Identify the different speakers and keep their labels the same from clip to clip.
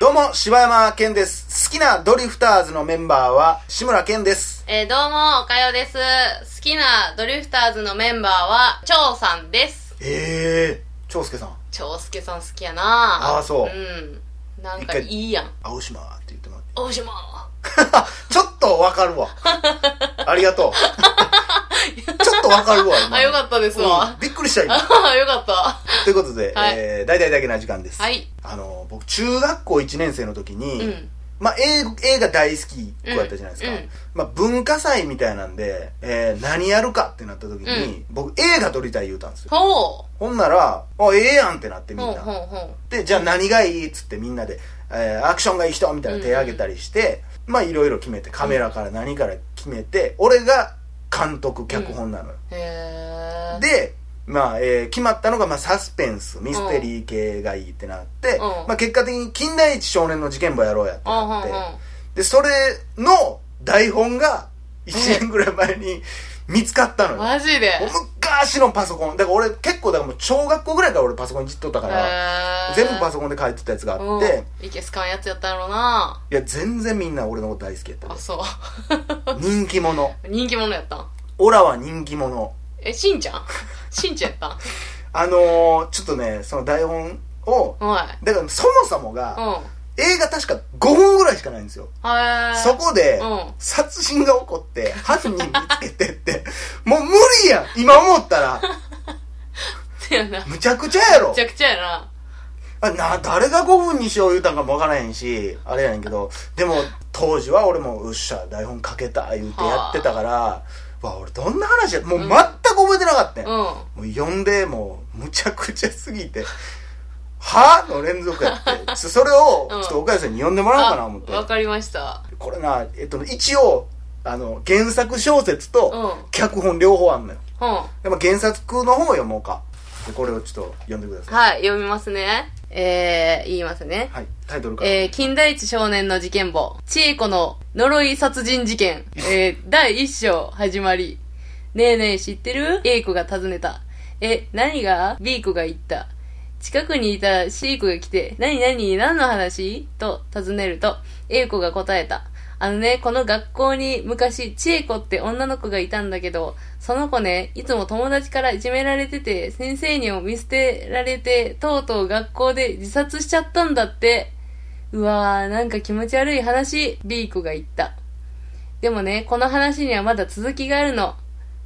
Speaker 1: どうも、柴山健です。好きなドリフターズのメンバーは、志村健です。
Speaker 2: えーどうも、おかよです。好きなドリフターズのメンバーは、ちょうさんです。
Speaker 1: えー、長介さん、
Speaker 2: ちょうすけさん好きやな
Speaker 1: あーそう
Speaker 2: うん。なん
Speaker 1: 一
Speaker 2: か
Speaker 1: 回
Speaker 2: いいやん。
Speaker 1: 青島って言ってもらって。
Speaker 2: 大島
Speaker 1: ちょっとわかる わ。ありがとう。ちょっとわかるわ。今
Speaker 2: あ、よかったですわ
Speaker 1: うん。びっくりした、今。
Speaker 2: あ、 よかった。
Speaker 1: ということで、
Speaker 2: はい
Speaker 1: えー、大体だけな時間です。
Speaker 2: はい。
Speaker 1: あの、僕、中学校1年生の時に、
Speaker 2: うん。
Speaker 1: まあ、映映画大好き子やったじゃないですか、
Speaker 2: うんうん
Speaker 1: まあ、文化祭みたいなんで、えー何やるかってなった時に、僕映画撮りたい言うたんですよ
Speaker 2: ほ
Speaker 1: ほんなら「あええやん」ってなって
Speaker 2: う。
Speaker 1: みん
Speaker 2: ほう
Speaker 1: な
Speaker 2: ほうほ
Speaker 1: でじゃあ何がいいっつってみんなで、えーアクションがいい人みたいな手挙げたりして、まあいろいろ決めてカメラから何から決めて俺が監督脚本なのよ、
Speaker 2: う。へー。
Speaker 1: で、まあえー決まったのが、まあ、サスペンスミステリー系がいいってなって、
Speaker 2: ん
Speaker 1: まあ、結果的に「金田一少年の事件簿やろうや」って
Speaker 2: うんうんう
Speaker 1: なって、
Speaker 2: ん。
Speaker 1: で、それの台本が1年ぐらい前に見つかったのよ。
Speaker 2: マジで。へ
Speaker 1: もう昔のパソコン。だから俺結構、だからもう小学校ぐらいから俺パソコンいじっとったから、
Speaker 2: ー。
Speaker 1: 全部パソコンで書いてたやつがあっ
Speaker 2: で
Speaker 1: て、、
Speaker 2: いけすかんやつやったやろな。
Speaker 1: いや、全然みんな俺のこと大好きやった
Speaker 2: あ、
Speaker 1: で
Speaker 2: そう。
Speaker 1: 人気者。
Speaker 2: 人気者やったん
Speaker 1: オラは人気者。
Speaker 2: え、しんちゃんしんちゃんやったん
Speaker 1: あのー、ちょっとね、その台本を、
Speaker 2: はい。
Speaker 1: だからそもそもが、
Speaker 2: うん。
Speaker 1: 映画確か5分ぐらいしかないんですよ。
Speaker 2: へー。
Speaker 1: そこで
Speaker 2: うん、
Speaker 1: 殺人が起こって、犯人見つけてって、もう無理やん今思ったら。
Speaker 2: ってやな。め
Speaker 1: むちゃくちゃや ろ
Speaker 2: ちゃくちゃやな。
Speaker 1: あな誰が5分にしよう言うたんかもわからへんしあれやねんけどでも当時は俺も「うっしゃ台本書けた」言うてやってたからわ俺どんな話やもう全く覚えてなかったんや、
Speaker 2: うん。
Speaker 1: もう読んでもうむちゃくちゃすぎて「はの連続やってそそれをち
Speaker 2: う
Speaker 1: ょ
Speaker 2: ん
Speaker 1: っと岡谷さんに読んでもらおうかな思って
Speaker 2: わかりました。
Speaker 1: これな、えっと、一応あの原作小説と
Speaker 2: うん
Speaker 1: 脚本両方あんのよ
Speaker 2: うん。
Speaker 1: でも原作の方を読もうかでこれをちょっと読んでください
Speaker 2: はい、読みますね。えー、言いますね。
Speaker 1: はい、タイトルから。
Speaker 2: えー、金田一少年の事件簿、千恵子の呪い殺人事件、え ー、第一章始まり。ねえねえ知ってる ?A 子が尋ねた。え、何が ?B 子が言った。近くにいた C 子が来て、何何何の話と尋ねると、A 子が答えた。あのね、この学校に昔、千恵子って女の子がいたんだけど、その子ね、いつも友達からいじめられてて、先生にも見捨てられて、とうとう学校で自殺しちゃったんだって。うわー、なんか気持ち悪い話、B 子が言った。でもね、この話にはまだ続きがあるの。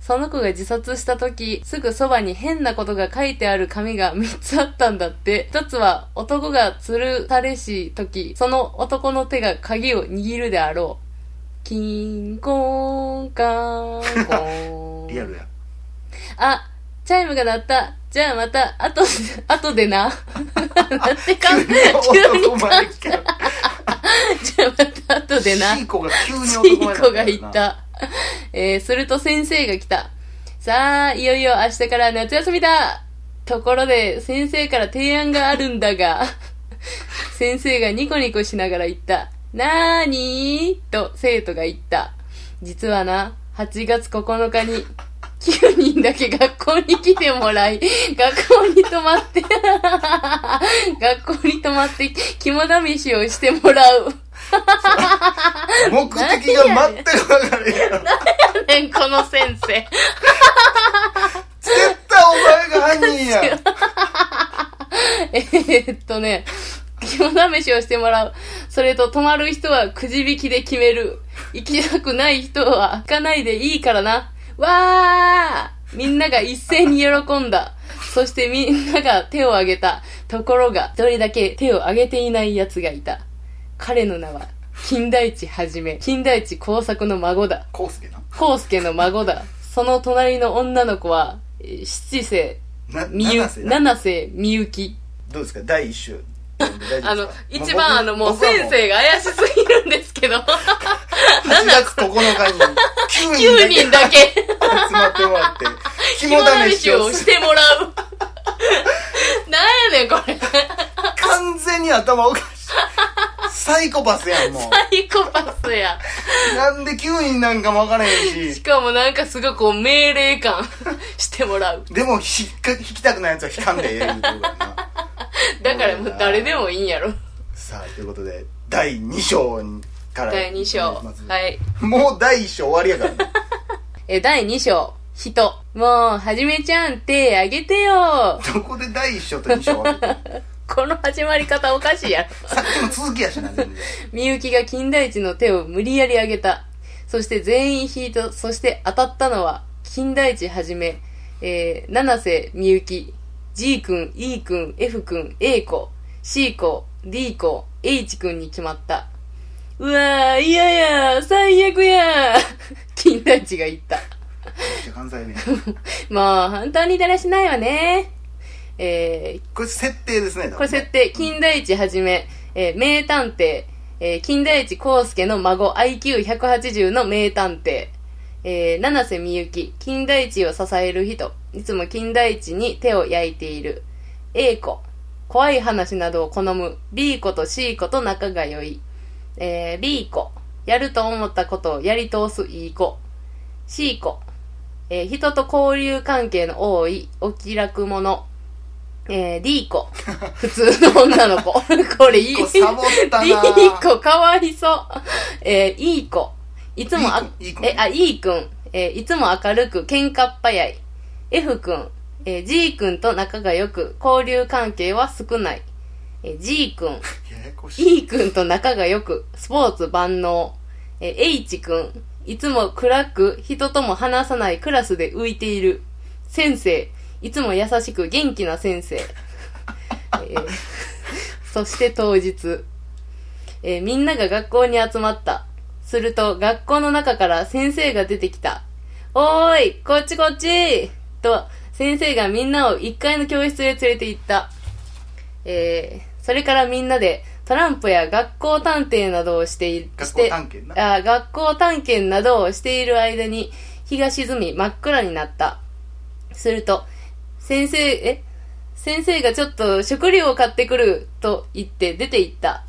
Speaker 2: その子が自殺した時、すぐそばに変なことが書いてある紙が3つあったんだって。1つは、男が吊るされし時、その男の手が鍵を握るであろう。キンコーンカーンコーン。
Speaker 1: リアルや。
Speaker 2: あ、チャイムが鳴った。じゃあまた、後で、後で な。なんてかん、急に
Speaker 1: 男
Speaker 2: か
Speaker 1: 前来た。
Speaker 2: じゃあまた後でな。
Speaker 1: シ
Speaker 2: ちい
Speaker 1: ーコが急に男前
Speaker 2: 子が
Speaker 1: に
Speaker 2: 言
Speaker 1: な
Speaker 2: っ
Speaker 1: ったよな。
Speaker 2: た。えー、すると先生が来た。さあ、いよいよ明日から夏休みだところで、先生から提案があるんだが、 先生がニコニコしながら言った。なーにーと生徒が言った。実はな、8月9日に、9人だけ学校に来てもらい、学校に泊まって、 学校に泊まって、肝試しをしてもらう。
Speaker 1: 目的が全く分からへんやろ。
Speaker 2: ねんこの先生。
Speaker 1: 絶対お前が犯人や。
Speaker 2: えーっとね、肝試しをしてもらう。それと、泊まる人はくじ引きで決める。行きたくない人は行かないでいいからな。わーみんなが一斉に喜んだ。そしてみんなが手を挙げた。ところが、一人だけ手を挙げていない奴がいた。彼の名は、金田一はじめ。金田一工作の孫だ。
Speaker 1: コウスケな。
Speaker 2: 康介の孫だ。その隣の女の子は、えー七世、
Speaker 1: な、
Speaker 2: みゆ
Speaker 1: 七、瀬な
Speaker 2: 七世みゆき。
Speaker 1: どうですか第一週。大丈夫ですか
Speaker 2: あの
Speaker 1: ま、
Speaker 2: 一番あの、もう
Speaker 1: 僕は
Speaker 2: 先生が怪しすぎるんですけど、
Speaker 1: 8月9日に
Speaker 2: 9
Speaker 1: 9
Speaker 2: 人
Speaker 1: 人
Speaker 2: だ
Speaker 1: だけ
Speaker 2: け、
Speaker 1: 集まってもらって、
Speaker 2: 肝
Speaker 1: 肝試
Speaker 2: 試し
Speaker 1: しを
Speaker 2: を
Speaker 1: す
Speaker 2: し
Speaker 1: る。
Speaker 2: てもらう。 なんやねん、これ。
Speaker 1: 完全に頭お かしい。サイコパスやん、もう。
Speaker 2: サイコパスや。
Speaker 1: なんで9人なんかも分からへん
Speaker 2: し
Speaker 1: し。
Speaker 2: かもなんかすごいこう、命令感してもらう。
Speaker 1: でも、引っか、引きたくないやつは引かんでええ言うてるからな。
Speaker 2: だからもう誰でもいいんやろ。
Speaker 1: さあということで第2章から
Speaker 2: 第2章。
Speaker 1: まず
Speaker 2: はい。
Speaker 1: もう第1章終わりやからね
Speaker 2: え、第2章。人。もう、はじめちゃん、手あげてよ。
Speaker 1: どこで第一章と二章分けてる
Speaker 2: この始まり方おかしいやろ。
Speaker 1: さっきの続きやしな、全然。
Speaker 2: みゆきが金田一の手を無理やり上げた。そして全員引いた。そして当たったのは、金田一はじめ、えー、七瀬みゆき、G 君、E 君、F 君、A 子、C 子、D 子、H 君に決まった。うわー、嫌や最悪や 金田一が言った。
Speaker 1: じゃあ関西弁。
Speaker 2: もう、本当にだらしないわね。えー、
Speaker 1: これ設定ですね、多分ね
Speaker 2: これ設定、金田一はじめ、えー名探偵、えー金田一耕介の孫、IQ180 の名探偵、えー七瀬みゆき、金田一を支える人、いつも金田一に手を焼いている、A 子、怖い話などを好む、B 子と C 子と仲が良い、えー B 子、やると思ったことをやり通すいい子、C 子、えー人と交流関係の多い、お気楽者、えー、D 子。普通の女 の子。これい い。
Speaker 1: これサボったな
Speaker 2: D 子、かわいそう。えー、E 子。いつもあ、
Speaker 1: いい子いい子
Speaker 2: え、あ、E 君。えーいつも明るく、喧嘩っ早い。F 君。えー、G 君と仲が良く、交流関係は少ない。えー、G 君。
Speaker 1: ややこしい。
Speaker 2: E 君と仲が良く、スポーツ万能。えー、H 君、いつも暗く、人とも話さないクラスで浮いている。先生、いつも優しく元気な先生。えーそして当日、えーみんなが学校に集まった。すると、学校の中から先生が出てきた。おーい、こっちこっちと、先生がみんなを1階の教室へ連れて行った。えーそれからみんなでトランプや学校探偵などをしてい
Speaker 1: 学
Speaker 2: し
Speaker 1: 校
Speaker 2: て
Speaker 1: 探検な。
Speaker 2: あー学校探検などをしている間に日が沈み真っ暗になったすると先生え先生がちょっと食料を買ってくると言って出て行った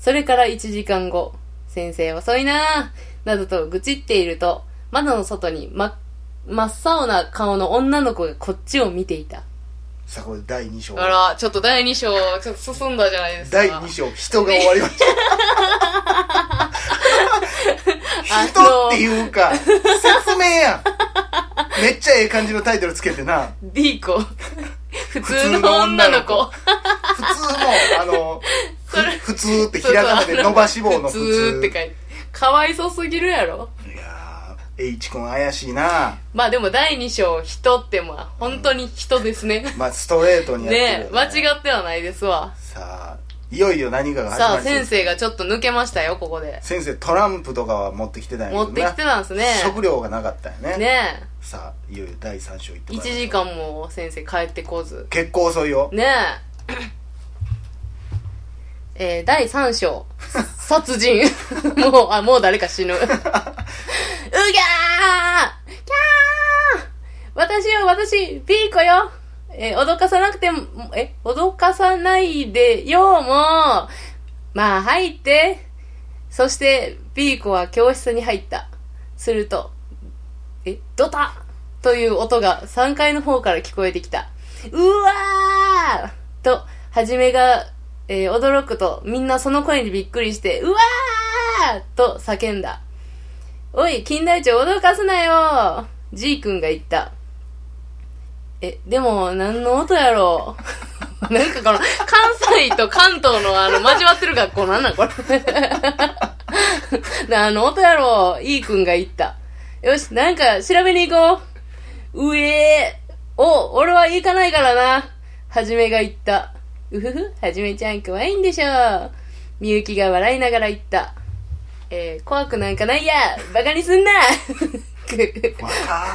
Speaker 2: それから1時間後先生遅いなぁなどと愚痴っていると窓の外に真っ真っ青な顔の女の子がこっちを見ていた
Speaker 1: さあ、これ第2章。
Speaker 2: あら、ちょっと第2章、ちょっと進んだじゃないですか。
Speaker 1: 第2章、人が終わりました。
Speaker 2: あ
Speaker 1: 人
Speaker 2: の
Speaker 1: っていうか、説明やん。めっちゃええ感じのタイトルつけてな、
Speaker 2: D 子。 普通の女の子。
Speaker 1: 普通の、あの、ふ
Speaker 2: それ
Speaker 1: 普通ってひらがなで伸ばし棒の
Speaker 2: 普通って書いて。かわいそうすぎるやろ。
Speaker 1: いやー、H 君怪しいな。
Speaker 2: まあでも第2章、人ってまあ、本当に人ですね。
Speaker 1: まあ、ストレートにやってるよ、
Speaker 2: ねえ、間違ってはないですわ。
Speaker 1: さあ、いよいよ何かが始ま
Speaker 2: さあ、
Speaker 1: りそうで
Speaker 2: 先
Speaker 1: す
Speaker 2: 生がちょっと抜けましたよ、ここで。
Speaker 1: 先生トランプとかは持ってきてない
Speaker 2: 持ってきてたんですね。
Speaker 1: 食料がなかったよね
Speaker 2: ね
Speaker 1: さあいよいよ第3章いって
Speaker 2: え、
Speaker 1: まいり
Speaker 2: 1
Speaker 1: ましょう
Speaker 2: 時間も先生帰ってこず。
Speaker 1: 結構遅いよ
Speaker 2: ねえ。えー第3章。殺人。もう、あ、もう誰か死ぬ。うぎゃーきゃー私よ、私、B 子よ。えー脅かさなくても、え、脅かさないでよ、もう。まあ、入って。そして、B 子は教室に入った。すると、え、ドタッという音が3階の方から聞こえてきた。うわーと、はじめが、えー驚くと、みんなその声にびっくりして、うわーと叫んだ。おい、金田一を驚かすなよ !G 君が言った。え、でも、何の音やろ うなんかこの、関西と関東のあの、交わってる学校なんなんこれ。 なあの音やろう E 君が言った。よし、なんか調べに行こう。うえー。お、俺は行かないからな。はじめが言った。うふふ、はじめちゃん怖いんでしょ。みゆきが笑いながら言った。えー、怖くなんかないや。バカにすんな。
Speaker 1: わか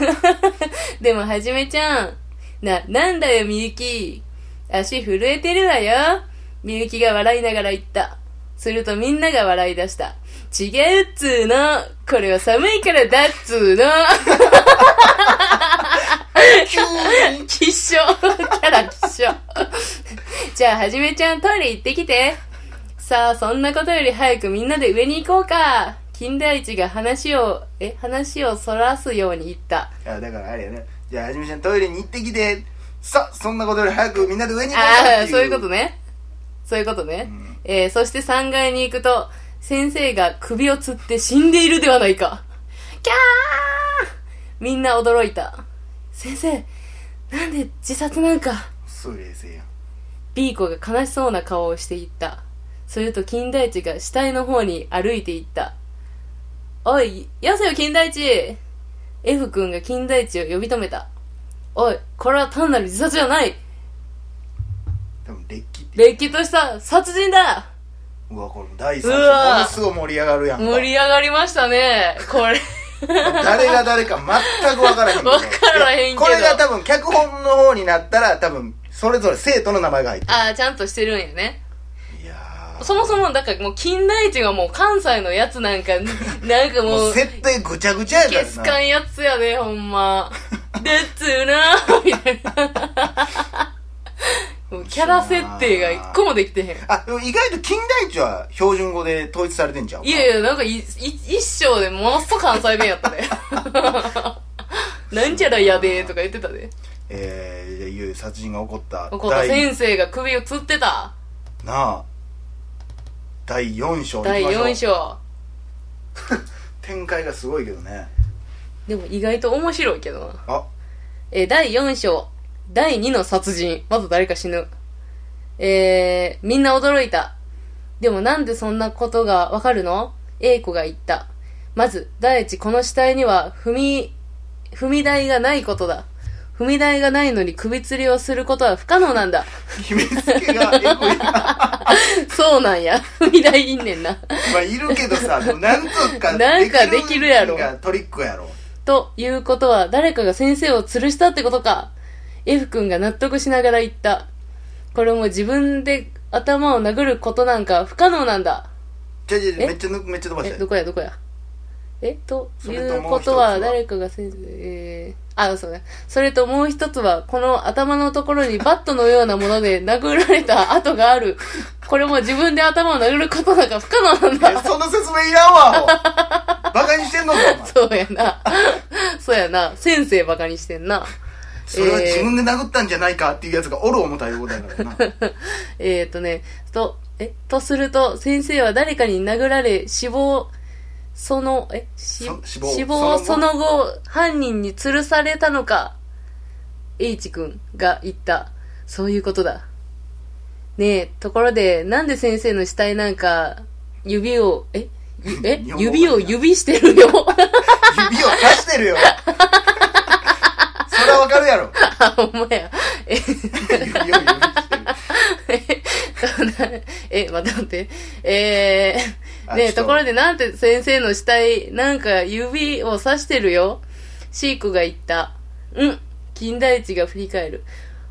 Speaker 1: ー
Speaker 2: でも、はじめちゃん。な、なんだよ、みゆき。足震えてるわよ。みゆきが笑いながら言った。するとみんなが笑い出した。違うっつーの。これは寒いからだっつーの。
Speaker 1: 急に
Speaker 2: きっしょ。キャラきっしょ。じゃあ、はじめちゃん、トイレ行ってきて。さあ、そんなことより早くみんなで上に行こうか。金田一が話を、え、話をそらすように言った。
Speaker 1: いやだからあれやねじゃあはじめちゃんトイレに行ってきてさあそんなことより早くみんなで上に行こう
Speaker 2: あ
Speaker 1: よ
Speaker 2: あ
Speaker 1: っ
Speaker 2: ー、
Speaker 1: て
Speaker 2: そういうことね。そういうことね。えー、そして3階に行くと、先生が首を吊って死んでいるではないか。キャーみんな驚いた。先生、なんで自殺なんか。
Speaker 1: そう冷静やん
Speaker 2: B 子が悲しそうな顔をしていった。すると金田一が死体の方に歩いていった。おい、よせよ金田一 !F 君が金田一を呼び止めた。おい、これは単なる自殺じゃない
Speaker 1: でもれっきって
Speaker 2: れっきとした殺人だ
Speaker 1: うわこれ第3章
Speaker 2: うわ
Speaker 1: ものすごい盛り上がるやんか
Speaker 2: 盛り上がりましたね、これ。
Speaker 1: 誰が誰か全く分からへんけど
Speaker 2: 分からへんけど
Speaker 1: これが多分脚本の方になったら多分それぞれ生徒の名前が入って
Speaker 2: ああ、ちゃんとしてるんやね。
Speaker 1: るいやー
Speaker 2: そもそも、だからもう金田一がもう関西のやつなんか、なんかも
Speaker 1: もう
Speaker 2: う、
Speaker 1: 設定ぐちゃぐちゃやか
Speaker 2: け
Speaker 1: ら
Speaker 2: す
Speaker 1: な
Speaker 2: かんやつやで、ほ んま。でっつーなーみたいな。もうキャラ設定が一個もできてへん。
Speaker 1: あでも意外と金田一は標準語で統一されてんじゃん
Speaker 2: いやいや、なんかいい一章でものすごい関西弁やった で。なんちゃらやべえとか言ってたで。
Speaker 1: えー、いいう殺人が起こった
Speaker 2: 怒った
Speaker 1: 第
Speaker 2: 先生が首を吊ってた。
Speaker 1: なあ第4章
Speaker 2: 第
Speaker 1: 行きましょう
Speaker 2: 4章。
Speaker 1: 展開がすごいけどね
Speaker 2: でも意外と面白いけどな。
Speaker 1: あ
Speaker 2: えー第4章、第2の殺人。まず誰か死ぬ。えー、みんな驚いた。でもなんでそんなことがわかるの ?A 子が言った。まず、第一、この死体には踏み、踏み台がないことだ。踏み台がないのに首吊りをすることは不可能なんだ。
Speaker 1: 決めつけがエグいな
Speaker 2: そうなんや。踏み台いんねんな。
Speaker 1: まあいるけど さでもなんとか
Speaker 2: なんかできるやろ
Speaker 1: がトリックやろ
Speaker 2: ということは誰かが先生を吊るしたってことか F 君が納得しながら言ったこれも自分で頭を殴ることなんか不可能なんだ
Speaker 1: じゃじゃ
Speaker 2: え
Speaker 1: めっちゃ抜めっちゃ飛ば
Speaker 2: え
Speaker 1: した
Speaker 2: ど
Speaker 1: よ
Speaker 2: こやどこやえと
Speaker 1: そ
Speaker 2: い
Speaker 1: れともう一つは
Speaker 2: うことは誰かが先生えー、あそうねそれともう一つはこの頭のところにバットのようなもので殴られた跡があるこれも自分で頭を殴ることなんか不可能な んだ
Speaker 1: えその説明いらんわアホバカにしてんのか お前
Speaker 2: そうやなそうやな先生バカにしてんな
Speaker 1: それは自分で殴ったんじゃないかっていうやつがおる思ったようだからな
Speaker 2: えー、とね、と、え、とすると、先生は誰かに殴られ、死亡、その、え、し
Speaker 1: そ死
Speaker 2: 死
Speaker 1: 亡
Speaker 2: 亡、
Speaker 1: そ
Speaker 2: そ
Speaker 1: の
Speaker 2: の後、犯人に吊るされたのか、H 君が言った。そういうことだ。ねえ、ところで、なんで先生の死体なんか、指を、え、ゆ え
Speaker 1: 日本、語
Speaker 2: 指を指してる
Speaker 1: 指を
Speaker 2: よ。
Speaker 1: 刺してるよそれはわかるやろ
Speaker 2: あ、ほんまや。え、
Speaker 1: 指を指してる
Speaker 2: そうな え、 待って待って。え
Speaker 1: あ
Speaker 2: ー、ね
Speaker 1: ちょ
Speaker 2: え
Speaker 1: っと
Speaker 2: ところでなんて先生の死体、なんか指を刺してるよ。シークが言った。うん。金田一が振り返る。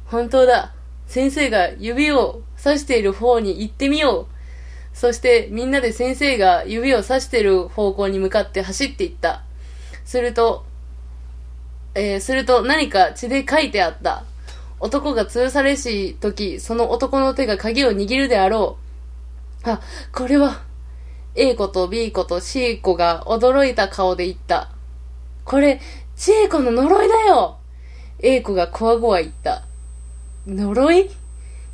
Speaker 2: 本当だ。先生が指を刺している方に行ってみよう。そしてみんなで先生が指を刺している方向に向かって走っていった。すると、えーすると何か血で書いてあった。男が吊るされし時、その男の手が鍵を握るであろう。あ、これは、A 子と B 子と C 子が驚いた顔で言った。これ、知恵子の呪いだよ !A 子がこわごわ言った。呪い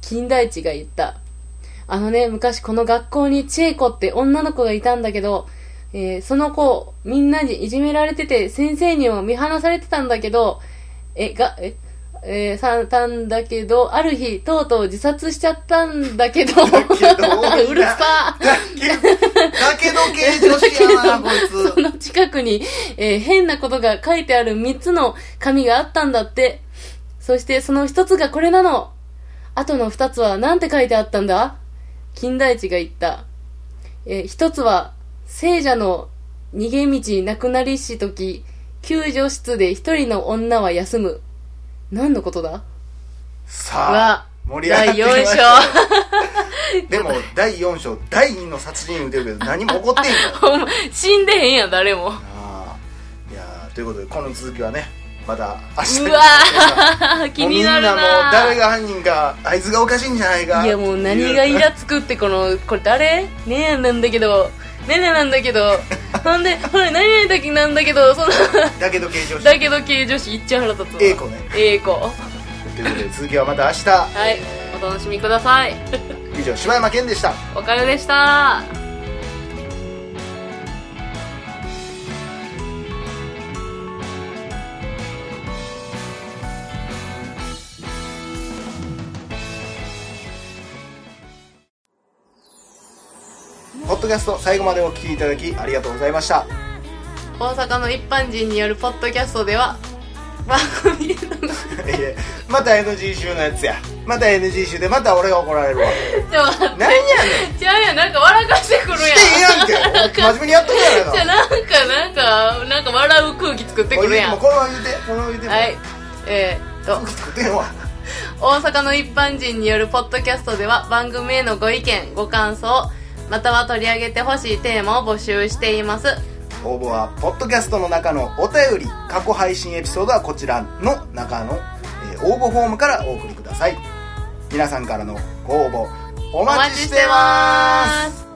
Speaker 2: 金田一が言った。あのね、昔この学校に千恵子って女の子がいたんだけど、えーその子、みんなにいじめられてて、先生にも見放されてたんだけど、え、が、え、えーさ、たんだけど、ある日、とうとう自殺しちゃったんだけど、
Speaker 1: けど
Speaker 2: うるさ
Speaker 1: だけだけど系女子やなこいつ
Speaker 2: その近くに、えー変なことが書いてある3つの紙があったんだって。そしてその1つがこれなの。あとの2つは何て書いてあったんだ金田一が言った。えー1つは、聖者の逃げ道なくなりし時、救助室で一人の女は休む。何のことだう
Speaker 1: さ
Speaker 2: わ
Speaker 1: あ盛り上がってきましたよ
Speaker 2: 第
Speaker 1: でも第4章第2の殺人言うてるけど何も起こってへんから
Speaker 2: ほんま死んでへんやん、誰も。
Speaker 1: あーいやーということでこの続きはねまた明日
Speaker 2: うわ ー気になるな
Speaker 1: もうみんなもう誰が犯人かあいつがおかしいんじゃないか
Speaker 2: いやもう何がイラつくってこのこれ誰ねえなんだけどねえなんだけどほんでほら何々だけなんだけどその
Speaker 1: だけど形状して
Speaker 2: だけど系女子いっちゃん腹立つわ
Speaker 1: 英子ね
Speaker 2: 英子
Speaker 1: ということで続きはまた明
Speaker 2: はいお楽しみください
Speaker 1: 日以上柴山健でした
Speaker 2: おかよでした
Speaker 1: ポッドキャスト最後までお聞きいただきありがとうございました
Speaker 2: 大阪の一般人によるポッドキャストでは番組への
Speaker 1: いやまた NG 集のやつやまた NG 集でまた俺が怒られるわ
Speaker 2: ちょっと待って
Speaker 1: 何やね
Speaker 2: 違うやんなんか笑かしてくるやん
Speaker 1: してええやん け真面目にやっとるやない
Speaker 2: じゃあ
Speaker 1: か
Speaker 2: なんかなんかなんか笑う空気作ってくるやん
Speaker 1: もうこのまま言うてこのまま言うても
Speaker 2: はいえー、っと
Speaker 1: 作ってんわ
Speaker 2: 大阪の一般人によるポッドキャストでは番組へのご意見ご感想または取り上げてほしいテーマを募集しています
Speaker 1: 応募はポッドキャストの中のお便り過去配信エピソードはこちらの中の、えー応募フォームからお送りください皆さんからのご応募お
Speaker 2: お
Speaker 1: 待ちしてます
Speaker 2: す